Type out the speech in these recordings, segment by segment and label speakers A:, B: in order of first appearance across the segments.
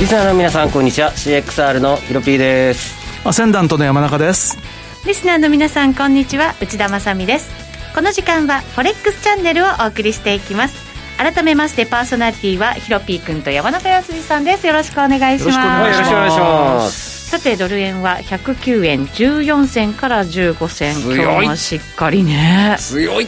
A: リスナーの皆さんこんにちは CXR のヒロピーです
B: アセンダントの山中です
C: リスナーの皆さんこんにちは内田まさみですこの時間はフォレックスチャンネルをお送りしていきます改めましてパーソナリティはヒロピー君と山中康二さんですよろしくお願いします
A: はいよろしくお願いします
C: さてドル円は109円14銭から15銭
A: 強い
C: 今日はしっかりね
A: 強い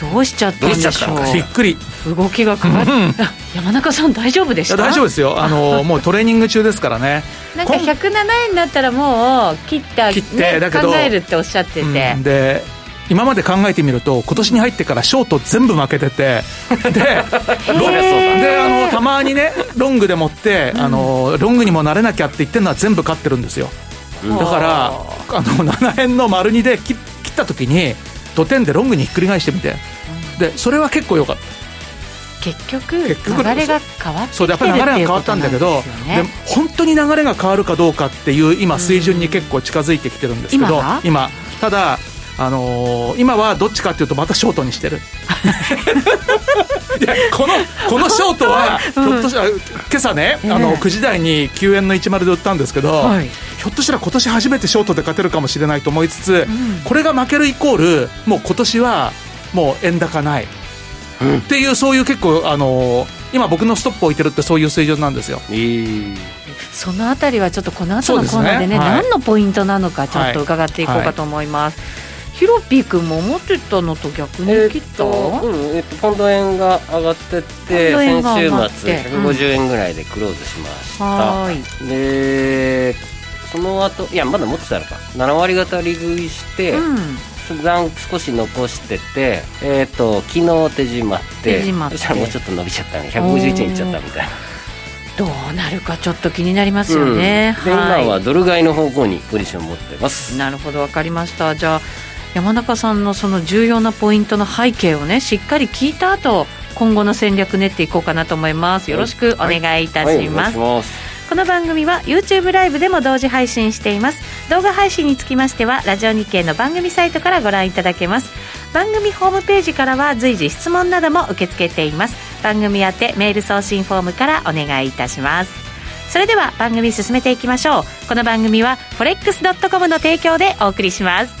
C: どうしちゃったんで
A: どうし
C: し
A: ちゃ
C: ょ
A: っ
C: う
A: たの
B: びっくりい
C: 動きが変わっあ山中さん大丈夫でし
B: や
C: た
B: 大丈夫ですす よあのもうトレーニング中ですからね
C: なんか
B: こん
C: 107円になったらもう切った
B: 切って
C: ね
B: だけど
C: 考えるっておっしゃってて、
B: うんで今まで考えてみると今年に入ってからショート全部負けて てでロンであのたまにねロングでもってあのロングにもなれなきゃって言ってるのは全部勝ってるんですよだからあの7円の丸2で切切った時に土点でロングにひっくり返してみてでそれは結構良かった
C: 結局
B: 結局
C: 流れが変わってきて
B: そう
C: る
B: でや
C: っ
B: っぱり流
C: て
B: れが
C: い
B: 変
C: う
B: わ
C: こ
B: った
C: と
B: ん
C: な
B: だ
C: ん
B: け
C: ですよ
B: ど、で
C: ね
B: も本当に流れが変わるかどうかっていう今水準に結構近づいてきてるんですけ
C: 今
B: ど
C: は
B: 今ただあのー今はどっちかっていうとまたショートにしてる いやこのこのショートはひょっとしたら、今朝ねあ
C: え
B: の
C: え
B: 9時台に9円の10で売ったんですけど、
C: はい
B: ひょっとしたら今年初めてショートで勝てるかもしれないと思いつつ、
C: ん
B: これが負けるイコールもう今年はもう円高ないっていうそういう結構あのー今僕のストップ置いてるってそういう水準なんですよ
A: いい
C: そのあたりはちょっとこの後
B: そう
C: の
B: です
C: コ
B: ね
C: ーナーでね
B: はい
C: 何のポイントなのかちょっと伺っていこう
B: は
C: か
B: い
C: と思います、ヒロピー君も思ってたのと逆
A: え
C: に切
A: ーっ
C: っ、
A: たと、うん、えっと、ポンド円が上がってっ
C: ポン
A: て、
C: ド円
A: 先
C: が上
A: 週
C: がって
A: 末150円ぐらいでクローズしました。
C: はーい
A: で、その後、いや、まだ持ってたのか、7割方利食いして、
C: うん
A: 残少し残してて、えっ、と、昨日手締まって、
C: 手締まって
A: そしたらもうちょっと伸びちゃったね、151円いっちゃったみたいな。
C: どうなるかちょっと気になりますよね、
A: うんで、
C: はい
A: 今はドル買いの方向にポジション持ってます。
C: なるほどわかりましたじゃあ山中さんのその重要なポイントの背景をねしっかり聞いた後今後の戦略練っていこうかなと思いますよろしくお願いいた
A: はい
C: し
A: お
C: ま
A: 願
C: す
A: いします。
C: この番組は YouTube ライブでも同時配信しています動画配信につきましてはラジオ日経の番組サイトからご覧いただけます番組ホームページからは随時質問なども受け付けています番組宛てメール送信フォームからお願いいたしますそれでは番組進めていきましょうこの番組は forex.com の提供でお送りします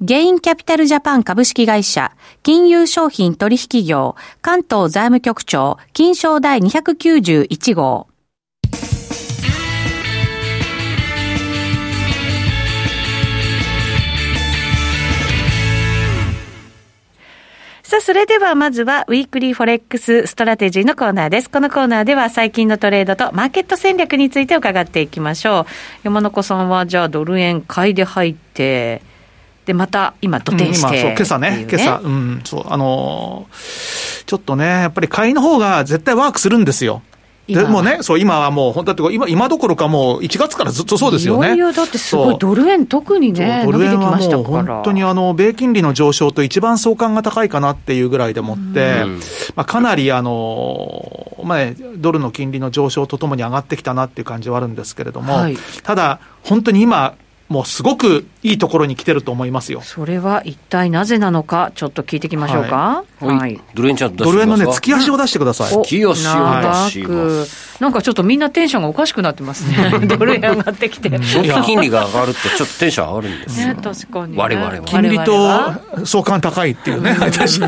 C: ゲインキャピタルジャパン株式会社、金融商品取引業、関東財務局長、金賞第291号。さあ、それではまずは、ウィークリーフォレックスストラテジーのコーナーです。このコーナーでは、最近のトレードとマーケット戦略について伺っていきましょう。山中さんは、じゃあ、ドル円買いで入って、で、また、今、土
B: う
C: 点
B: ん
C: して、
B: 今そう今朝ね
C: っ、て
B: 今
C: いう
B: 朝、うん、そう、あのーちょっとね、やっぱり買いの方が絶対ワークするんですよ。でもね、そう、今はもう、本当だって、今、今どころかもう、1月からずっとそうですよね。
C: いよいよだってすご
B: そ、
C: いうドル円特に
B: そう
C: ね、
B: ド
C: 伸
B: ル
C: びてき
B: 円は
C: ました
B: もう
C: から。
B: 本当にあの米金利の上昇と一番相関が高いかなっていうぐらいでもって、
A: うん
B: まあ、かなりあの、まあねドルの金利の上昇とともに上がってきたなっていう感じはあるんですけれども、
C: はい
B: ただ、本当に今、もうすごくいいところに来てると思いますよ。
C: それは一体なぜなのか、ちょっと聞いていきましょうか。はい。
A: はい。ドル円ちゃんと出し
B: ド
A: て
B: ル円のね、
A: ください
B: 月足を出してください。
C: お
A: 月吉を出します
C: 長くなんかちょっとみんなテンションがおかしくなってま すね。ドル円上がってきて。ね、
A: 長期金利が上がるって、ちょっとテンション上がるんですよ。
C: 確かに、ね。
A: 我々は
B: 金利
C: 我々は
B: と相関高いっていうね、私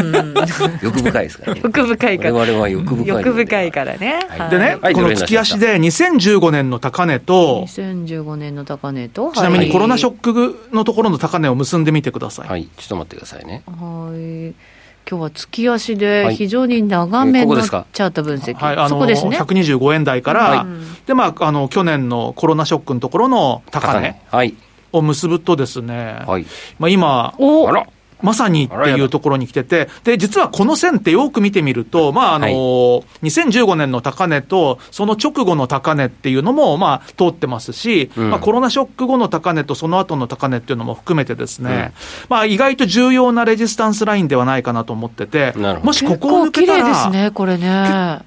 A: 欲深いですからね。
C: 欲深いか
A: 我
C: ら。
A: 々は欲深い。
C: 欲深いからね。
A: はい
C: はい
B: でね、
A: はい
B: この月足で2015年の高値と、
C: 2015年の高値と、
B: ちなみにコロナショ
C: ッ
B: ックのところの高値を結んでみてください。
A: はい、ちょっと待ってくださいね。
C: ク。はい。今日は月足
A: は
C: で
A: い
C: 非常に長め
A: えここ
C: の
A: で
C: チ
A: すか
C: ャート分析。
B: はい、あ
C: そ
B: の、
C: こですね。
B: 125円台から、
A: はい
B: で、まあ、あの、去年のコロナショックのところの高値
A: はい。
B: を結ぶとですね、
A: はい。
B: まあ、今、
C: お
A: あら
B: まさにって
A: あらや
B: い
A: だ
B: うところに来てて、で、実はこの線ってよく見てみると、まあ、あの、
A: はい
B: 2015年の高値と、その直後の高値っていうのも、まあ、通ってますし、
A: うん
B: まあ、コロナショック後の高値とその後の高値っていうのも含めてですね、まあ、意外と重要なレジスタンスラインではないかなと思ってて、
A: なるほど
B: もしこ
C: 結
B: こを
C: 構
B: 抜け
C: 綺
B: た
C: 麗で
B: ら、
C: すね、これね。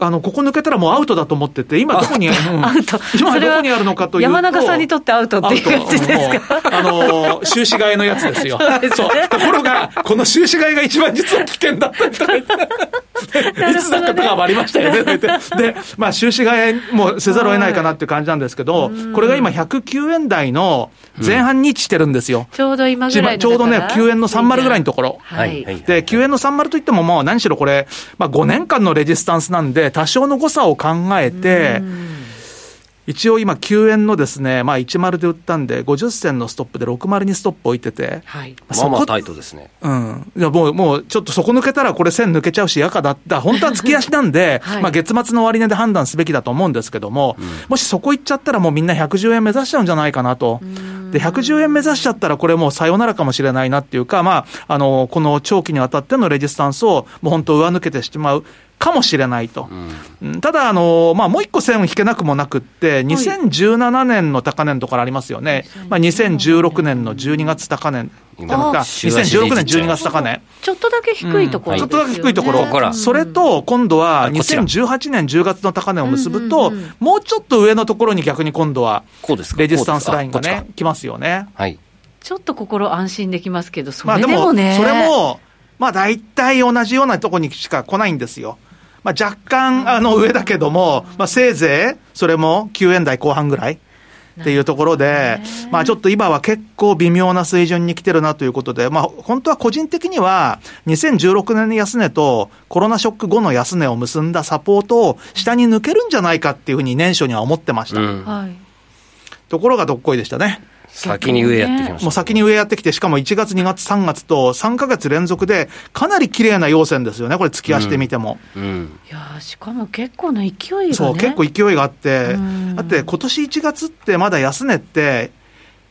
B: あの、ここ抜けたらもうアウトだと思ってて、今どこに、うん
C: アウト。
B: 今
C: それ
B: ど
C: は
B: こにあるのかというと。
C: 山中さんにとってアウトっていう感じですか。
B: かあのー、収支買いのやつです よ。そう。ところが、この収支買いが一番実は危険だったりとか言って、いつだったかはありましたよね、 とか言ってで、まあ、収支買いもせざるを得ないかなっていう感じなんですけど、これが今109円台の前半に位置してるんですよ。
C: ちょうど今ぐらいの
B: ちょうどね、9円の30ぐらいのところ。
C: はい。
A: はい
B: で、9円の30といっても、もう何しろこれ、まあ、5年間のレジスタンスなんで、多少の誤差を考えて、一応今、9円のですね、まあ、10で売ったんで、50銭のストップで60にストップ置いてて、
C: はい。
A: まあまあ
B: そこ
A: タイトですね。
B: うん、いやもう、もうちょっとそこ抜けたら、これ、線抜けちゃうし、やかだった、本当 は月足なんで、
C: はい
B: まあ月末の終値で判断すべきだと思うんですけども、もしそこ行っちゃったら、もうみんな110円目指しちゃうんじゃないかなと、で110円目指しちゃったら、これもうさよならかもしれないなっていうか、まあ、あのこの長期にわたってのレジスタンスを、もう本当、上抜けてしまう。かもしれないと、うんただ、あのまあ、もう一個線を引けなくもなくって、2017年の高値のところありますよね、まあ、2016年の12月高値、
A: 今
B: あ
A: 週足で
B: 2016年12月高値。
C: ちょっとだけ低いところ、
A: うん
B: ち
A: は
B: ょっとだけ低いところ、
A: ここら
B: それと今度は
A: こちら
B: 2018年10月の高値を結ぶと、
C: うんうんうん
B: もうちょっと上のところに逆に今度は
A: こうですか
B: レジスタンスライン
A: こ
B: が。
A: うです
B: ね
A: か、
B: 来ますよね。
A: あはい。
C: ちょっと心安心できますけど、そ
B: まあ
C: れ
B: で
C: で
B: も、
C: も
B: そ
C: ね、
B: れも、まあ大体同じようなとこにしか来ないんですよ。まあ若干あの上だけども、まあせいぜいそれも9円台後半ぐらい。っていうところで、まあちょっと今は結構微妙な水準に来てるなということで、まあ本当は個人的には2016年の安値とコロナショック後の安値を結んだサポートを下に抜けるんじゃないかっていうふうに年初には思ってまし
A: う
B: た。
A: ん。
C: はい、
B: ところがどっこいでしたね。
A: 先に上やってきました。
B: もう先に上やってきて、しかも1月、2月、3月と3ヶ月連続で、かなり綺麗な陽線ですよね、これ、突き足で見ても。
A: うん。
C: いやーしかも結構な勢いがね、
B: そう、結構勢いがあって
C: うん、
B: だって今年1月って、まだ安値って、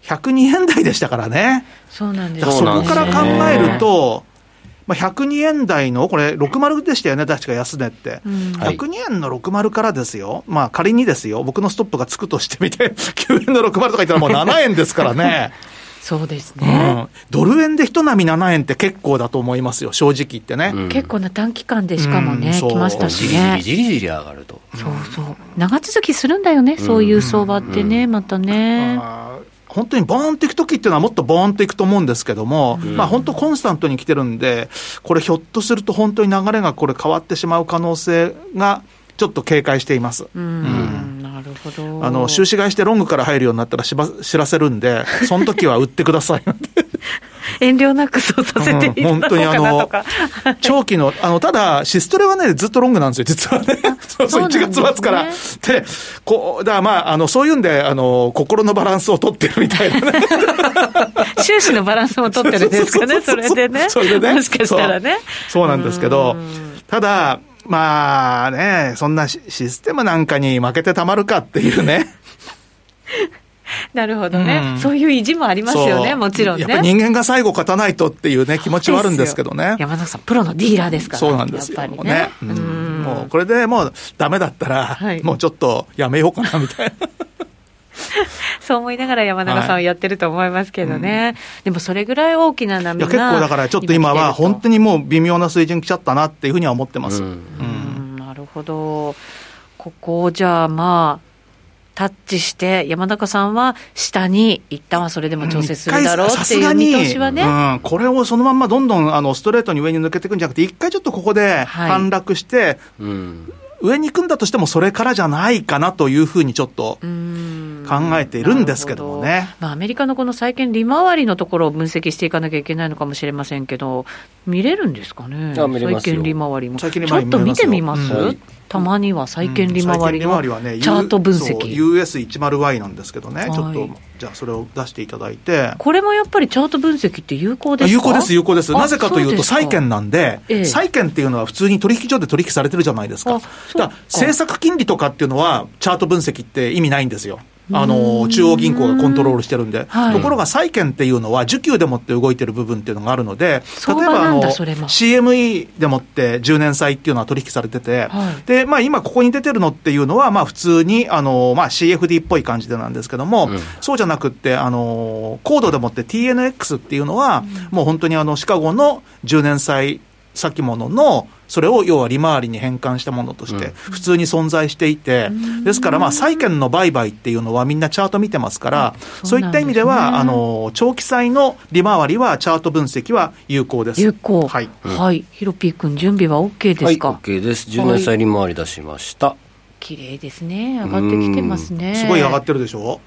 B: 102円台でしたからね、
C: そうなんで
B: だ
C: す
B: から
C: よ
B: そ
A: そうなんで
B: こ
A: す
B: か
A: よ
B: ら
A: ね
B: 考える、と、まあ、102円台の、これ、60でしたよね、確か安値って。
C: うん
A: はい
B: 102円の60からですよ、まあ仮にですよ、僕のストップがつくとしてみて、9円の60とか言ったらもう7円ですからね。
C: そうです
B: う
C: ね、
B: ん、ドル円で一波7円って結構だと思いますよ、正直言ってね。
A: うん
C: 結構な短期間でしかもね、
B: うんそう
C: 来ました
A: じ
C: し
A: りじ
C: ね
A: り、じりじり上がると。
C: そうそう、長続きするんだよね、そういう相場ってね、またね、
B: あー本当にボーンっていくときっていうのは、もっとボーンっていくと思うんですけども、まあ、本当、コンスタントに来てるんで、これ、ひょっとすると本当に流れがこれ、変わってしまう可能性が、ちょっと警戒しています。
C: うん、なるほど、
B: あの収支買いしてロングから入るようになったらしば知らせるんで、その時は売ってください
C: 遠慮なくそうさせていただこうかなとか、
B: 長期の、あのただ、シストレはね、ずっと ロングなんですよ、実はね、そうそう、
C: そうなんですね
B: 1月末から。で、こうだからまああの、そういうんであの、心のバランスを取ってるみたいなね、
C: 収支のバランスも 取ってるんですかね、それでね、
B: そうそうそうそうそれでね
C: もしかしたらね。
B: そうそうなんですけど、ただ、まあね、そんなシシステムなんかに負けてたまるかっていうね、
C: なるほどね、
B: うん
C: そう いう意地もありますよね、
B: そう
C: もちろんね。
B: やっぱり人間が最後勝たないとっていうね、気持ちはあるんですけどね。
C: 山中さん、プロのディーラーですから、
B: そうなんですよ
C: やっぱりね。
B: ねうんもうこれでもうダメだったら、
C: はい
B: もうちょっとやめようかなみ たいな。
C: そう思いながら山永さんをやってると思いますけどね、でもそれぐらい大きな波
B: いや
C: が
B: 結構だからちょっと今は本当
C: に、
B: にもう微妙な水準来ちゃったなっていうふうには思ってます。
A: うん
B: うん
C: うんなるほどここをじゃあまあタッチして山中さんは下に一旦はそれでも調整するだろう
B: 一回さ
C: って
B: す
C: い
B: が
C: う
B: に
C: 見通しはね、
B: うん、これをそのまんまどんどんあのストレートに上に抜けていくんじゃなくて、一回ちょっとここで
C: はい
B: 反落して、
A: うん
B: 上に行くんだとしても、それからじゃないかなというふうにちょっと考えているんですけども
C: な
B: ね
C: るほ。どまあ、アメリカのこの債券利回りのところを分析していかなきゃいけないのかもしれませんけど、見れるんですかね、
A: あ見れますよ
C: 債券利回りも。ちょ
B: 債券利回り
C: っと見てみます、
A: 見れますよ
C: たまには債券利回りの
B: 債券利
C: チ
B: はね
C: ャート分析、
B: U- そう US10Y なんですけどね、
C: はい
B: ちょっとじゃあそれを出していただいて、
C: これもやっぱりチャート分析って有効ですか
B: 有効です、有効です、
C: あ
B: なぜかという
C: そ
B: と、
C: ですか
B: 債券なんで
C: ええ、
B: 債券っていうのは普通に取引所で取引されてるじゃないですか、
C: あそう
B: だから政策金利とかっていうのは、チャート分析って意味ないんですよ。あの中央銀行がコントロールしてるんで、
C: はい
B: ところが債券っていうのは、需給でもって動いてる部分っていうのがあるので、
C: 相
B: 例え
C: 場
B: ばあ
C: なんだ
B: の
C: それも
B: CME でもって10年債っていうのは取引されてて、
C: はい
B: でまあ、今、ここに出てるのっていうのは、まあ、普通にあの、まあ、CFD っぽい感じでなんですけども、
A: うん
B: そうじゃなくって、あのコードでもって TNX っていうのは、もう本当にあのシカゴの10年債先物の、それを要は利回りに変換したものとして、
A: うん
B: 普通に存在していて、ですから、まあ債券の売買っていうのは、みんなチャート見てますから、
C: そ
B: そうう
C: ないん
B: った
C: ですね
B: 意味では、あの長期債の利回りは、チャート分析は有効です。
C: 有効、
B: はい
C: はい、ヒロピー君、準備は OK で
A: は
C: す
A: い、
C: か、
A: OK です。10年債利回り出しました。
C: 綺麗ですね、上がってきてますね。
B: すごい上がってるでしょ
C: こ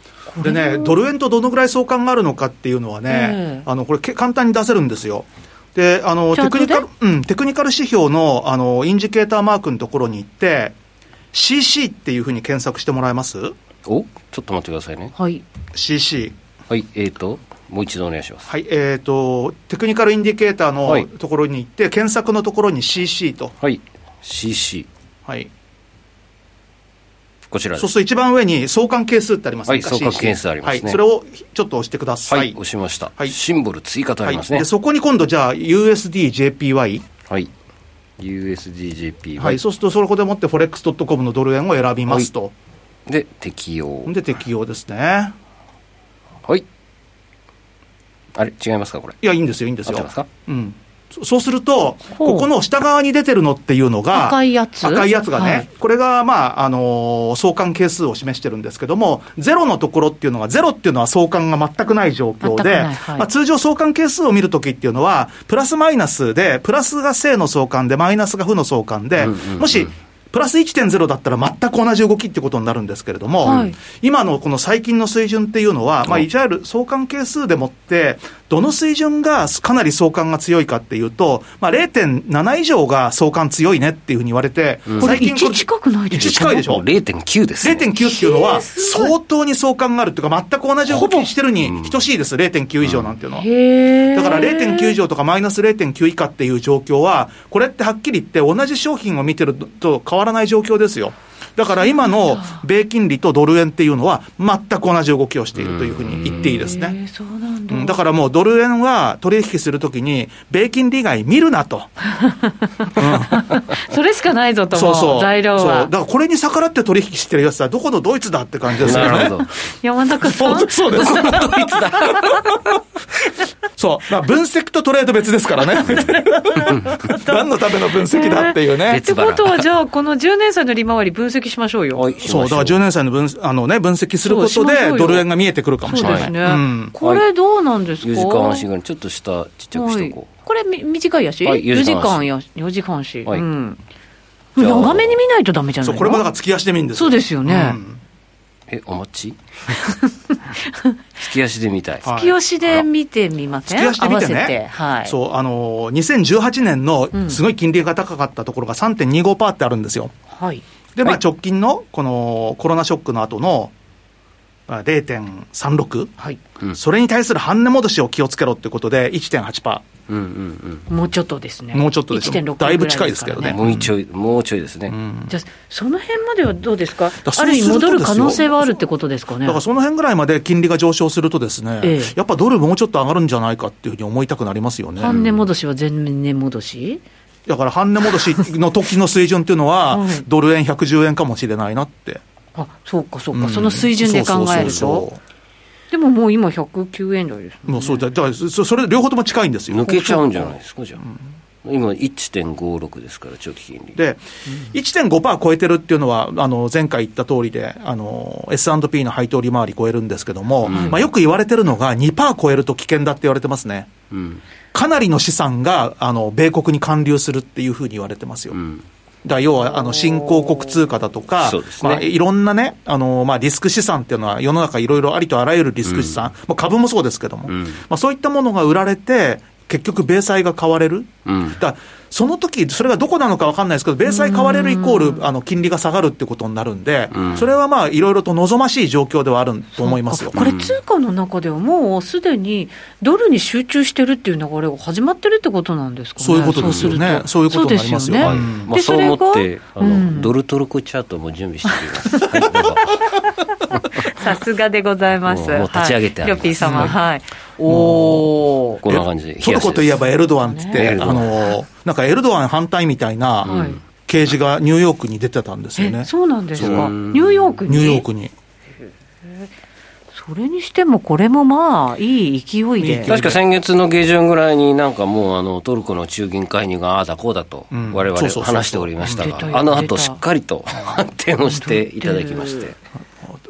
C: れ
B: でね、ドル円とどのぐらい相関があるのかっていうのは
C: ええ
B: ね、あのこれけ、簡単に出せるんですよ。であの
C: チャ
B: テク
C: ートで
B: ニカル、うん、テクニカル指標のあのインジケーターマークのところに行って、CC っていうふうに検索してもらえます
A: おちょっと待ってくださいね。
C: はい、
B: ?CC。
A: はい、えーと、もう一度お願いします。
B: はい、えっ、と、テクニカルインディケーター
A: はい
B: のところに行って、検索のところに CC と。
A: はい、CC。
B: はい。
A: こちらで
B: そう
A: す。
B: すると一番上に相関係数ってあります
A: はい相関係数ありますね
B: はい、それをちょっと押してください。
A: はい、押しました、
B: はい
A: シンボル追加とありますね。
B: はいでそこに今度じゃあ USDJPY、
A: はい。USDJP
B: はい、そうするとそこでもって forex.com のドル円を選びますと、
A: で適用。
B: で適用ですね
A: はい。あれ違いますかこれ。
B: いやいいんですよいいんです
A: 合っ
B: よ
A: てますか
B: うん、そそうすると
C: ほう
B: ここの下側に出てるのっていうのが
C: 赤いやつ
B: 赤いやつがね、
C: はい
B: これが、まああのー相関係数を示してるんですけどもゼロのところっていうのがゼロっていうのは相関が全くない状況で、
C: 全くないはい
B: まあ、通常相関係数を見るときっていうのはプラスマイナスでプラスが正の相関でマイナスが負の相関で、
A: うんうんうん
B: もしプラス1.0だったら全く同じ動きってことになるんですけれども、
C: はい
B: 今のこの最近の水準っていうのは、まあ、いわゆる相関係数でもって、どの水準がかなり相関が強いかっていうと、まあ、0.7以上が相関強いねっていうふうに言われて、
A: うん
C: これ
B: こ
C: 1近くないですか
B: 1近いでしょ
A: もう0.9です、ね。
B: 0.9っていうの
C: へー
B: は、
C: すごい
B: 相当に相関があるというか、全く同じ動きしてるに等しいです、0.9以上なんていうのは。
C: へー
B: だから0.9以上とかマイナス0.9以下っていう状況は、これってはっきり言って、同じ商品を見てると変わらない状況ですよ。だから今の米金利とドル円っていうのは、全く同じ動きをしているというふうに言っていいです
C: へー
B: ね。
C: そうなんだ。
B: うんだからもうドル円は取引するときに、米金利以外見るなと、
C: それしかないぞと
B: そう
C: 思、
B: そうう、
C: 材料
B: そうだ
C: は。
B: からこれに逆らって取引してるやつは、どこのドイツだって感じですよね。
A: なるほど。
C: 山中さん、
B: そうです。そう。まあ、分析とトレード別ですからね。何のための分析だっていうね
A: 別。
C: ってことは、じゃあ、この10年債の利回り分析しましょうよ。
A: はい、
B: そう、だから
A: しましょ
B: 10年債の分あの、ね、分析するこ
C: そう
B: と
C: しましょう
B: で
C: よ、
B: ドル円が見えてくるかもし
C: そ
B: れ
C: う
B: な
C: で
B: い。
C: すね。
B: ん
C: これどうなんですか
A: 4時間足ぐらいにちょっと下ちっちゃくしとこ
C: これみ短いやし、
A: はい
C: 4
A: 4
C: 時
A: 時
C: 間
A: 間
C: や4時間足、
A: はい
C: うん
A: じゃあ
C: 長めに見ないとダメじゃない
B: そ
C: の
B: う、これもだから、月足で見るんです
C: そうですよね
B: うん
A: う。え、お待ち 突き足で見たい。
B: はい
C: 月足で見てみません、
B: 突き足で見てね
C: 合わせてはい
B: そう、あのー、2018年のすごい金利が高かったところが3.25%ってあるんですよ。
C: はい
B: で、まあ、直近の、この、コロナショックの後の、あ0.36。
C: はい
A: うん
B: それに対する半値戻しを気をつけろってことで、1.8%。
A: うんうん
C: もうちょっとですね
B: もうちょっとですよ
C: 1.6
B: だいぶ近いですけ
C: ぐ
B: ど
C: ら
A: うん。
B: ね
A: もうちょい、もうちょいですね。
C: じゃあその辺まではどうですか
B: ら
C: あ
B: そう
C: る意味
B: すると
C: 戻る
B: です
C: 可
B: よ
C: 能性はあるってことですかね
B: だからその辺ぐらいまで金利が上昇するとですね、
C: ええ
B: やっぱドルもうちょっと上がるんじゃないかっていうふうに思いたくなりますよね。
C: 半値戻しは前年戻し
B: だから半値戻しの時の水準っていうのは、
C: うん
B: ドル円110円かもしれないなって。
C: あそうかそうか、
B: うん
C: その水準で考える
B: そうそう
C: と
B: そうそ
C: でももう今109円台です
B: うも
C: もん
B: うそうだ、だからそそれ両方とも近いんですよ
A: 抜。けちゃうんじゃないですか、じゃあ。今、1.56ですから、長期金利。
B: で、1.5%超えてるっていうのは、あの前回言った通りで、あの S&P の配当利回り超えるんですけども、まあ、よく言われてるのが、2%超えると危険だって言われてますね。
A: うん。
B: かなりの資産があの米国に還流するっていうふうに言われてますよ。
A: うん。
B: だから要はあの新興国通貨だとか、
A: そうですね
B: まあ、いろんなね、あのまあ、リスク資産っていうのは、世の中いろいろありとあらゆるリスク資産、まあ、株もそうですけども、
A: うん
B: まあ、そういったものが売られて、結局、米債が買われる、
A: うん
B: だからその時それがどこなのか分かんないですけど、米債買われるイコール、あの金利が下がるってことになるんで、
A: うん
B: それはまあいろいろと望ましい状況ではあると思いますよ。
C: これ、通貨の中ではもうすでにドルに集中してるっていう流れが始まってるってことなんですかね、
B: そういうことですよね
C: そうす
B: そ
C: る
B: ういうことになりますよは
C: そう
B: い
C: でよね
B: うん
A: まあ、そう思って、あの、
C: うん
A: ドルトルコチャートも準備しております。はいどうぞ
C: さすがでございます、
A: もうもう立ち上げてあり
C: はい
A: ます
C: リョピー様、
A: うん
C: はい、おー
A: こんな感じ。
B: トルコといえばエルドアンって言って、
A: ね
B: あのなんかエルドアン反対みたい
C: は
B: ない掲示がニューヨークに出てたんですよね
C: え、そうなんですか、
A: うん
C: ニューヨークに
B: ニューヨークに。
C: それにしても、これもまあ、いい勢い
B: いい
C: で
B: 勢い、
A: 確か先月の下旬ぐらいになんかもうあのトルコの中銀介入がああだこうだと
B: うん
A: 我
B: そう
A: 々
B: そうそうそう
A: 話しておりました
C: 出たよ
A: があの
C: 出た
A: 後しっかりと反転をしていただきまして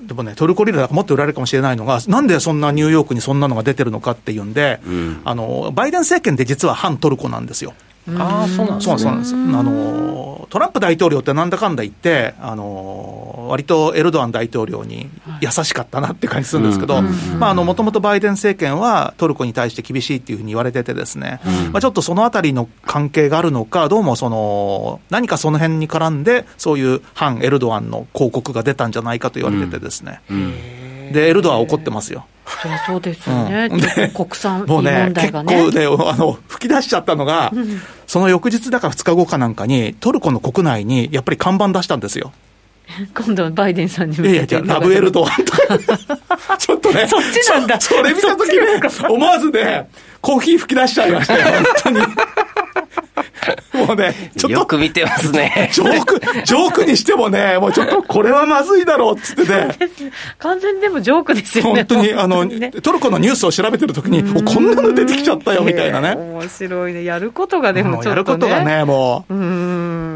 B: でもね、トルコリラがもっと売られるかもしれないのが、なんでそんなニューヨークにそんなのが出てるのかっていうんで、
A: うん
B: あのバイデン政権って実は反トルコなんですよ。
A: ああそうなん
B: そうなんです、そうなんですあのトランプ大統領ってなんだかんだ言って、あの割とエルドアン大統領に優しかったなって感じするんですけど、まああのもともとバイデン政権はトルコに対して厳しいっていうふうに言われててですね、まあ、ちょっとそのあたりの関係があるのか、どうもその何かその辺に絡んで、そういう反エルドアンの広告が出たんじゃないかと言われててですね、でエルドアンは怒ってますよ。
C: そりゃそうですよね、
B: うん
C: ちょっと国産
B: もうね
C: 問、題
B: 結
C: が
B: 構
C: ね。
B: ね、 あの、吹き出しちゃったのが、その翌日だか2日後かなんかに、トルコの国内に、やっぱり看板出したんですよ。
C: 今度はバイデンさんに
B: いやいや、じゃあラブエルドアンとか。 ちょっとね。
C: そっちなんだ
B: そそれ見たときね、思わずね、コーヒー吹き出しちゃいましたよ、本当に。もうね、ちょっと。
A: よく見てます ね
B: ジョーク、ジョークにしてもね、もうちょっとこれはまずいだろうっつってね、
C: 完全にでもジョークですよね
B: 本当にあの、
C: 本 ね
B: トルコのニュースを調べてるときに、おこんなの出てきちゃったよみたいな
C: ええ
B: ね。
C: 面白いねやることがで
B: も
C: も
B: う
C: ちょ
B: や
C: っ
B: る
C: と
B: ことがね、もう。
C: うー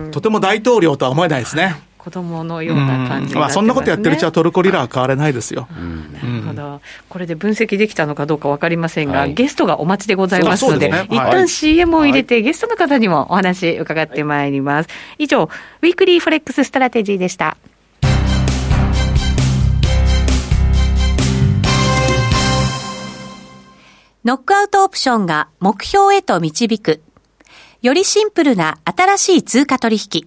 C: ん
B: とても大統領とは思えないですね。
C: 子供の
B: う
C: よ
B: ん
C: うな感じにな
B: まあ、そんなことやってるうちは
C: と
B: トルコリラは変われないですよ。
C: なるほどこれで分析できたのかどうか分かりませんが、
A: はい
C: ゲストがお待ちでございますの
B: そ
C: で
B: うですね
C: 一
B: はい
C: 旦 CM を入れて、ゲストの方にもお話伺ってまいります、以上ウィークリーフォレックスストラテジーでした
D: ノックアウトオプションが目標へと導く。よりシンプルな新しい通貨取引。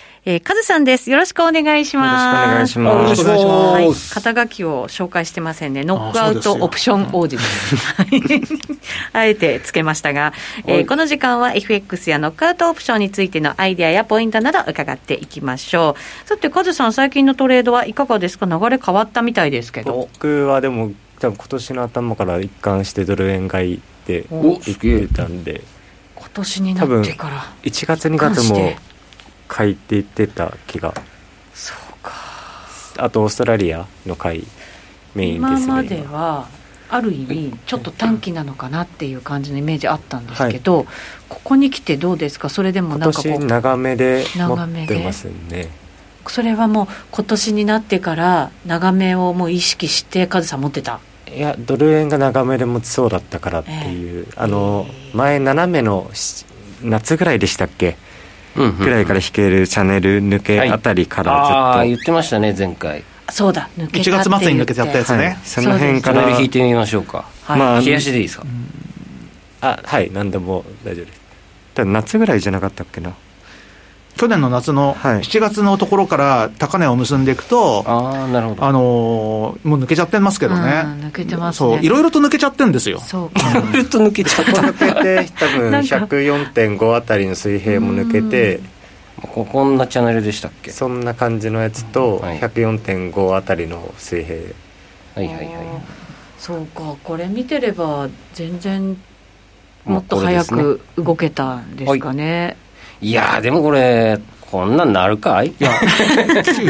C: えーカズさんです。よろしくお願いします。
E: よろしくお願いします
B: よろしくお
C: は
B: 願
C: い
B: いしま。
C: 肩書きを紹介してませんね。ノックアウトオプション王子です。はい。あ えてつけましたが、えー
A: はい
C: この時間は FX やノックアウトオプションについてのアイデアやポイントなど伺っていきましょう。さて、カズさん、最近のトレードはいかがですか流れ変わったみたいですけど。
E: 僕はでも多分今年の頭から一貫してドル円買いって
A: お
E: 言
A: すげえ
E: ってたんで
C: 今年になってから。
E: 1月2月
C: 一貫
E: も
C: して
E: 買いって言ってた気が
C: そうか。
E: あとオーストラリアの買いメインで
C: 今
E: すね
C: まではある意味ちょっと短期なのかなっていう感じのイメージあったんですけど、ここに来てどうですかそれでも
E: 今
C: なんかこ
E: 年
C: う
E: 長めで持
C: 長め
E: っ
C: で
E: てますね
C: それはもう今年になってから長めをもう意識してカズさん持ってた
E: いやドル円が長めで持ちそうだったからっていう、あの
C: えー
E: 前斜めのし夏ぐらいでしたっけ
A: うん
E: ぐらいから
A: 引
E: 引けるチャンネル抜け
A: はい
E: あたり
A: か
E: か
A: らああー
E: ずっ
A: 言ってましたね前回
C: そうだ抜け
B: 1
C: たって言って
B: 月末に抜けちゃったやつ
E: と、は
B: ね
E: い、その辺
A: カ
E: か
A: ナ
E: ら
A: ル引いてみましょうか
C: はい
E: まあ
A: 冷やしでいいですか
E: あはい何でも大丈夫ですただ夏ぐらいじゃなかったっけな
B: 去年の夏の
E: はい
B: 7月のところから高値を結んでいくと、
A: ああなるほど
B: あのーもう抜けちゃってますけどね、
C: うん抜けてますね
B: そういろいろと抜けちゃってんですよ、
C: そう
A: ルート抜けちゃっ
E: ここ抜 けて多分
C: なんか
E: 104.5あたりの水平も抜けて
A: た ここんなチャンネルでしたっけ
E: そんな感じのやつと
A: はい
E: 104.5あたりの水平
A: はいはいは
C: そうかこれ見てれば全然
A: い
C: もっと
A: うこれで
C: 早
A: すね
C: く動けたんですかね
A: いやーでもこれこんなんなるかい
B: いや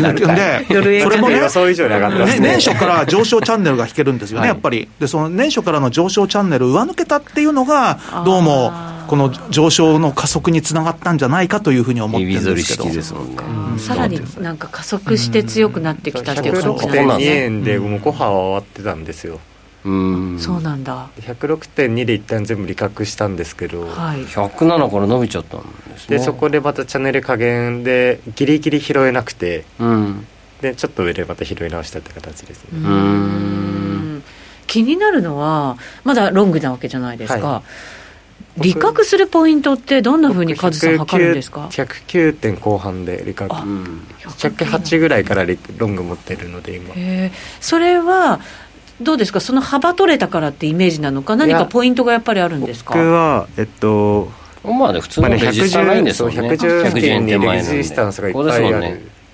A: なるかい
B: で
C: ドル円
B: それもね
E: 予想以上に上がってま
B: ね
E: すね
B: 年初から上昇チャンネルが引けるんですよね、
A: はい
B: やっぱりで、その年初からの上昇チャンネル、上抜けたっていうのが、どうも
C: あー
B: この上昇の加速につながったんじゃないかというふうに思って
A: 指
B: るん
A: ぞ
B: で
A: り
B: すけ
A: 式
B: ど、
A: ですもんね
B: うん
C: さらになんか加速して強くなってきたっていう感じなんです
E: 106.2
C: ね
E: 円でもう5波は終わってたんですよ
A: うん
C: そうなんだ
E: で106.2で一旦全部利確したんですけど
C: はい
A: 107から伸びちゃったんですね
E: でそこでまたチャンネル加減でギリギリ拾えなくて
A: うん
E: でちょっと上でまた拾い直したって形です
C: う
E: ね、
A: ー
C: ん気になるのはまだロングなわけじゃないですか、
E: は
C: 利確するポイントってどんなふうにカズさん
E: 僕
C: 測るんですか
E: 109点後半で利確
C: あ
A: うん
E: 108ぐらいからリロング持ってるので今
C: へえそれはどうですかその幅取れたからってイメージなのか何かポイントがやっぱりあるんですか
E: 僕はえっと
A: まあね普通のレジスタないんですもんね
E: まあね110
A: 110円手前なんで
E: レジスタンスがいっぱい
A: ここですもん
E: あ
A: ね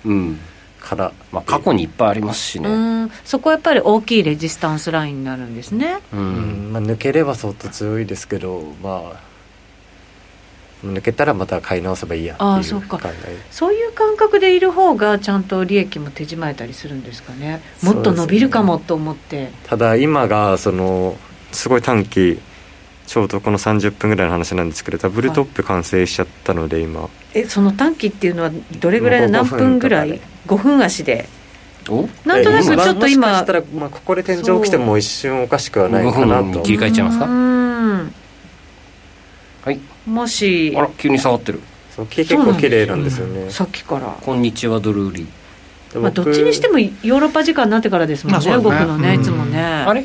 E: る
A: うん
E: から
A: まあ過去にいっぱいありますし
C: う
A: ね
C: んそこはやっぱり大きいレジスタンスラインになるんですね
A: う
E: うんんまあ、抜ければ相当強いですけどまあ抜けたらまた買い直せばいいやって
C: あー
E: い
C: そううか
E: 考え
C: そういう感覚でいる方がちゃんと利益も手締まえたりするんですかね
E: そうですね
C: もっと伸びるかもと思って
E: ただ今がそのすごい短期ちょうどこの30分ぐらいの話なんですけどダブルトップ完成しちゃったので今、
C: えその短期っていうのはどれぐらいの何分ぐらい5分足で
A: お
C: なんとなくちょっと今
E: もしかしたら、まあ、ここで天井来ても一瞬おかしくはないかな
A: そう
E: と
A: 切り替えちゃいますか
C: うーん
A: はい
C: もし
A: あら急に下がってる
E: そう結構綺麗なんですよね
C: さっきから、
A: こんにちはドル売り
E: で
C: まあ、
E: 僕
C: どっちにしてもヨーロッパ時間になってからですもん
B: まあ
C: ね,、
B: そうです
C: 動
B: ね
C: くのね
B: う
C: い
B: ん
C: つもね
A: あれ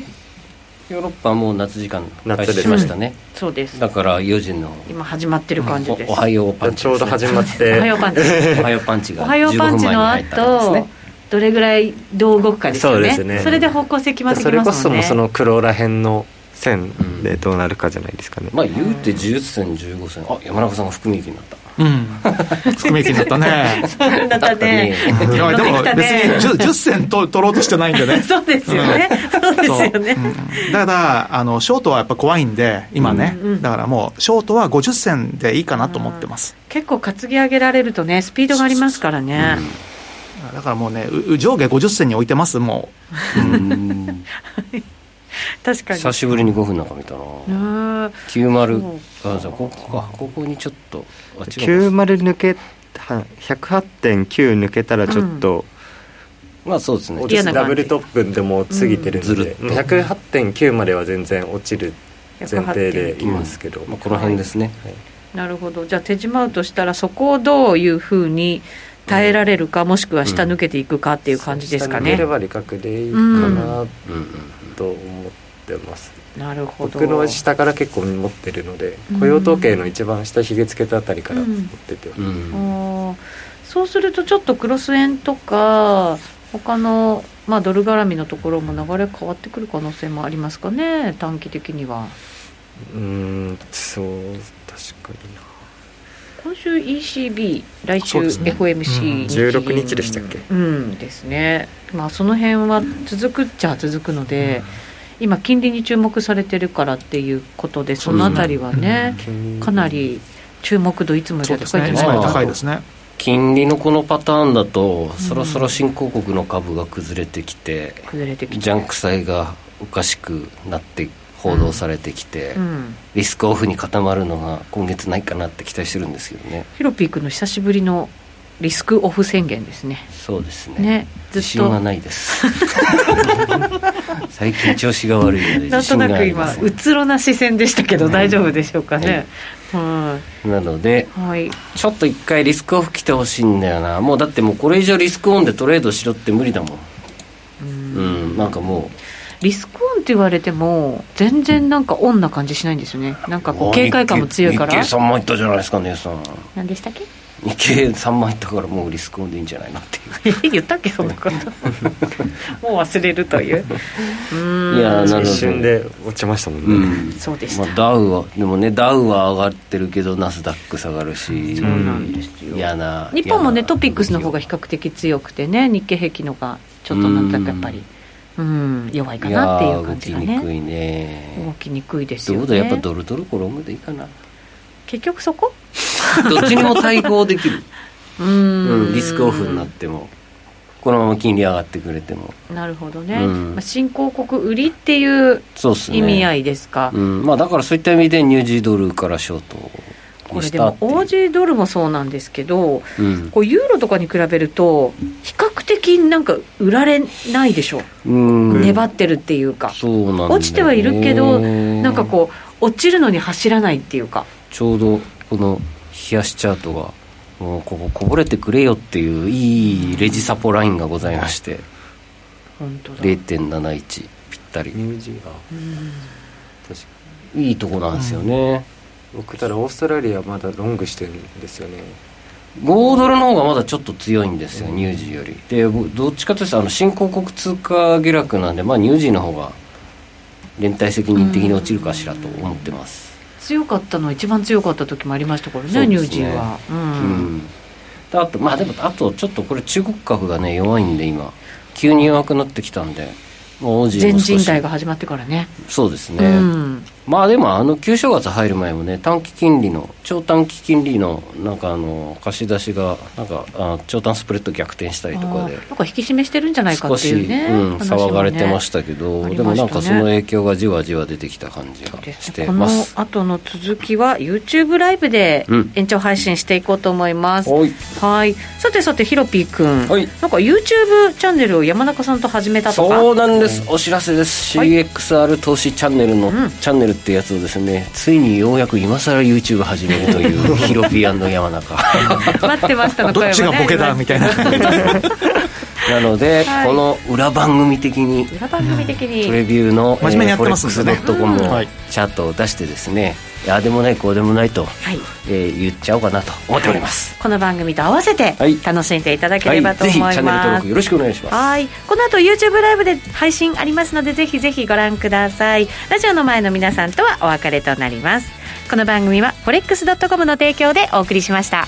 A: ヨーロッパはもう夏時間
E: 夏
A: 開
E: です
A: 始しましたね
C: そうです
A: だから4時の
C: 今始まってる感じです、
A: おおはようパンチ
E: ちょうど始ま
C: お
E: っ
C: は
E: て
C: ようパンチ
A: おはようパンチ
C: お
A: が
C: はようパン
A: 15分
C: チの
A: 前に入ったんです
C: 後、
A: ね
C: どれぐらいどう動くかですよね
E: そうですね
C: それで方向性決まってき
E: それ
C: ま
E: こ
C: す
E: そ
C: もん
E: も
C: ね
E: その黒ら辺の線でどうなるかじゃないですかね、
A: まあ言うて10銭15銭あ山中さんが含み益になった
B: うん、含み益になったね。
C: そん なだね
B: いやでも別に 10, 10銭と取ろうとしてないんでね。
C: そうですよね、そうですよね、
B: そううんだからあのショートはやっぱ怖いんで今ね、
C: うんうん
B: だからもうショートは50銭でいいかなと思ってます、
C: 結構担ぎ上げられるとねスピードがありますからね、
B: だからもうねう上下50銭に置いてますも
A: うん
C: 確かに
A: 久しぶりに5分なんか見たな
C: うん
A: 90あじゃあここかここにちょっとあ違うか
E: 90抜けは108.9抜けたらちょっと、
A: まあそうですね
E: 落
C: 嫌
E: ち
C: な感じ
E: ダブルトップでも過ぎてるんで、
A: うんずるっと
E: 108.9までは全然落ちる前提でいますけど、
A: まあ、この辺ですね、
C: なるほどじゃあ手締まうとしたらそこをどういうふうに耐えられるか、もしくは下抜けていくかっていう感じですか
E: 下に出
C: ね
E: れ、ば理覚でいいかな
A: うんうん
E: と思ってます、
C: なるほど
E: 僕の下から結構持ってるので雇用統計の一番下ひげつけたあたりから持ってて、
A: うん
C: あーそうするとちょっとクロス円とか他のまあドル絡みのところも流れ変わってくる可能性もありますかね短期的には
E: うーんそう確かにな
C: 今週 ECB 来週
B: そうですね
C: FOMC 日銀
E: 16日でしたっけ
C: うんですねまあその辺は続くっちゃ続くので、今金利に注目されてるからっていうことでそのあたりはね、
E: 金
C: かなり注目度いつも
B: そ
C: よ
B: う
C: り
B: です
C: 高い
B: ね
C: んじゃ
B: 一
C: ない
B: 枚
C: かな
B: 高い
C: と
B: ですね
A: 金利のこのパターンだと、そろそろ新興国の株が崩れてきて、
C: 崩れてきて
A: ジャンク債がおかしくなって報道されてきて、
C: うん
A: リスクオフに固まるのが今月ないかなって期待してるんですけどね
C: ヒロピー君の久しぶりのリスクオフ宣言ですね。
A: そうですね
C: ね、
A: 自
C: ずっ
A: 信が
C: と。
A: ないです 最近調子が悪いので自
C: なんと
A: 信
C: な
A: があ
C: く
A: りま
C: 今
A: せん
C: うつろな視線でしたけど大丈夫でしょうかね。は
A: なので
C: い、はい、
A: ちょっと一回リスクオフ来てほしいんだよなもうだってもうこれ以上リスクオンでトレードしろって無理だもんうん、なんかも
C: リスクオンって言われても全然なんかオンな感じしないんですよね。なんか
A: う
C: こう警戒感も強いか
A: 日
C: ら
A: 経。3万いったじゃないですか姉さん
C: なんでしたっけ？
A: 日経3万いったからもうリスクオンでいいんじゃないなっていう
C: え 言ったっけそ んなこと。もう忘れるという。うーん
A: いやーなるほど
E: 一瞬で落ちましたもんね、
A: うん
C: そうでし
A: ま
C: た。
A: あ、ダウはでもねダウは上がってるけどナスダック下がるし
C: そうなんですよ
A: 嫌な
C: 日本もね
A: 嫌な
C: トピックスの方が比較的強くてね日経平均のがちょっとなんとなくやっぱりうん弱いかなっていう感じが
A: いやー動きにく
C: ね
A: いね
C: 動きにくいです
A: ど
C: よ
A: う
C: ね
A: だやっぱドルドル転むでいいかな
C: 結局そこ
A: どっちにも対抗できる、
C: う
A: うん、リスクオフになってもこのまま金利上がってくれても
C: なるほどね、
A: うん
C: まあ、新興国売りっていう
A: そうっすね
C: 意味合いですか
A: うんまあ、だからそういった意味でニュージードルからショート
C: こ
A: に
C: れ
A: し
C: で
A: たっ
C: も
A: ていう
C: オージードルもそうなんですけど
A: うん
C: こうユーロとかに比べると比較的なんか売られないでしょ、
A: うん
C: 粘ってるっていうか
A: そうなんだよね
C: 落ちてはいるけどなんかこう落ちるのに走らないっていうか
A: ちょうどこの冷やしチャートがもうこここぼれてくれよっていういいレジサポラインがございまして
C: 本当だ
A: 0.71ぴったり
E: ニュージーランド確か
A: いいとこなんですよね、
E: 僕ただオーストラリアまだロングしてるんですよね
A: 5ドルの方がまだちょっと強いんですよ、ニュージーよりでぼどっちかというとあの新興国通貨下落なんで、まあ、ニュージーの方が連帯責任的に落ちるかしらと思ってます
C: 強かったのは一番強かった時もありましたからね
A: そうですね
C: ニュージーは、う
A: うんん、であとまあでもあとちょっとこれ中国株がね弱いんで今急に弱くなってきたんでもうオージー
C: 全
A: も少
C: 人
A: し
C: 代が始まってからね
A: そうですね、
C: うん、
A: まあでもあの旧正月入る前もね短期金利の超短期金利のなんかあの貸し出しがなんかあ超短スプレッド逆転したりとか
C: あ
A: で
C: ーなんか引き締めしてるんじゃないか
A: 少
C: って
A: し、
C: いうね
A: うん、
C: 話はね
A: 騒がれてましたけど
C: ありましたね
A: でもなんかその影響がじわじわ出てきた感じが
C: です
A: し
C: ね
A: て
C: こ
A: ま
C: の
A: す。
C: 後の続きは YouTube ライブで
A: うん
C: 延長配信していこうと思います、
A: はい
C: はいさてさてヒロピー君、
A: はい
C: なんか YouTube チャンネルを山中さんと始めたとか
A: そうなんですお知らせです、
C: はい
A: CXR 投資チャンネルの、
C: うん
A: チャンネルってやつをですねついにようやく今更 YouTube 始めるという ヒロピー山中
C: 待ってました の声も、
B: ど
C: ね、
B: っちがボケだみたいな
A: なので、
C: はい
A: この裏番組的に
C: 裏番組的に、
A: プレビューの
B: 真面目にやってますんでね
A: フォレックスドットコム
B: うんはい
A: のチャートを出してですね、い、やでもないこうでもないと、
C: はい
A: えー言っちゃおうかなと思っております、
C: この番組と合わせて
A: はい
C: 楽しんでいただけ
A: は
C: れ
A: い、
C: ばと
A: ぜ
C: 思い
A: ひチャ
C: ます、
A: ンネル登録よろしくお願いします
C: はい。この後 YouTube ライブで配信ありますので、ぜひぜひご覧ください。ラジオの前の皆さんとはお別れとなります。この番組は forex.com の提供でお送りしました。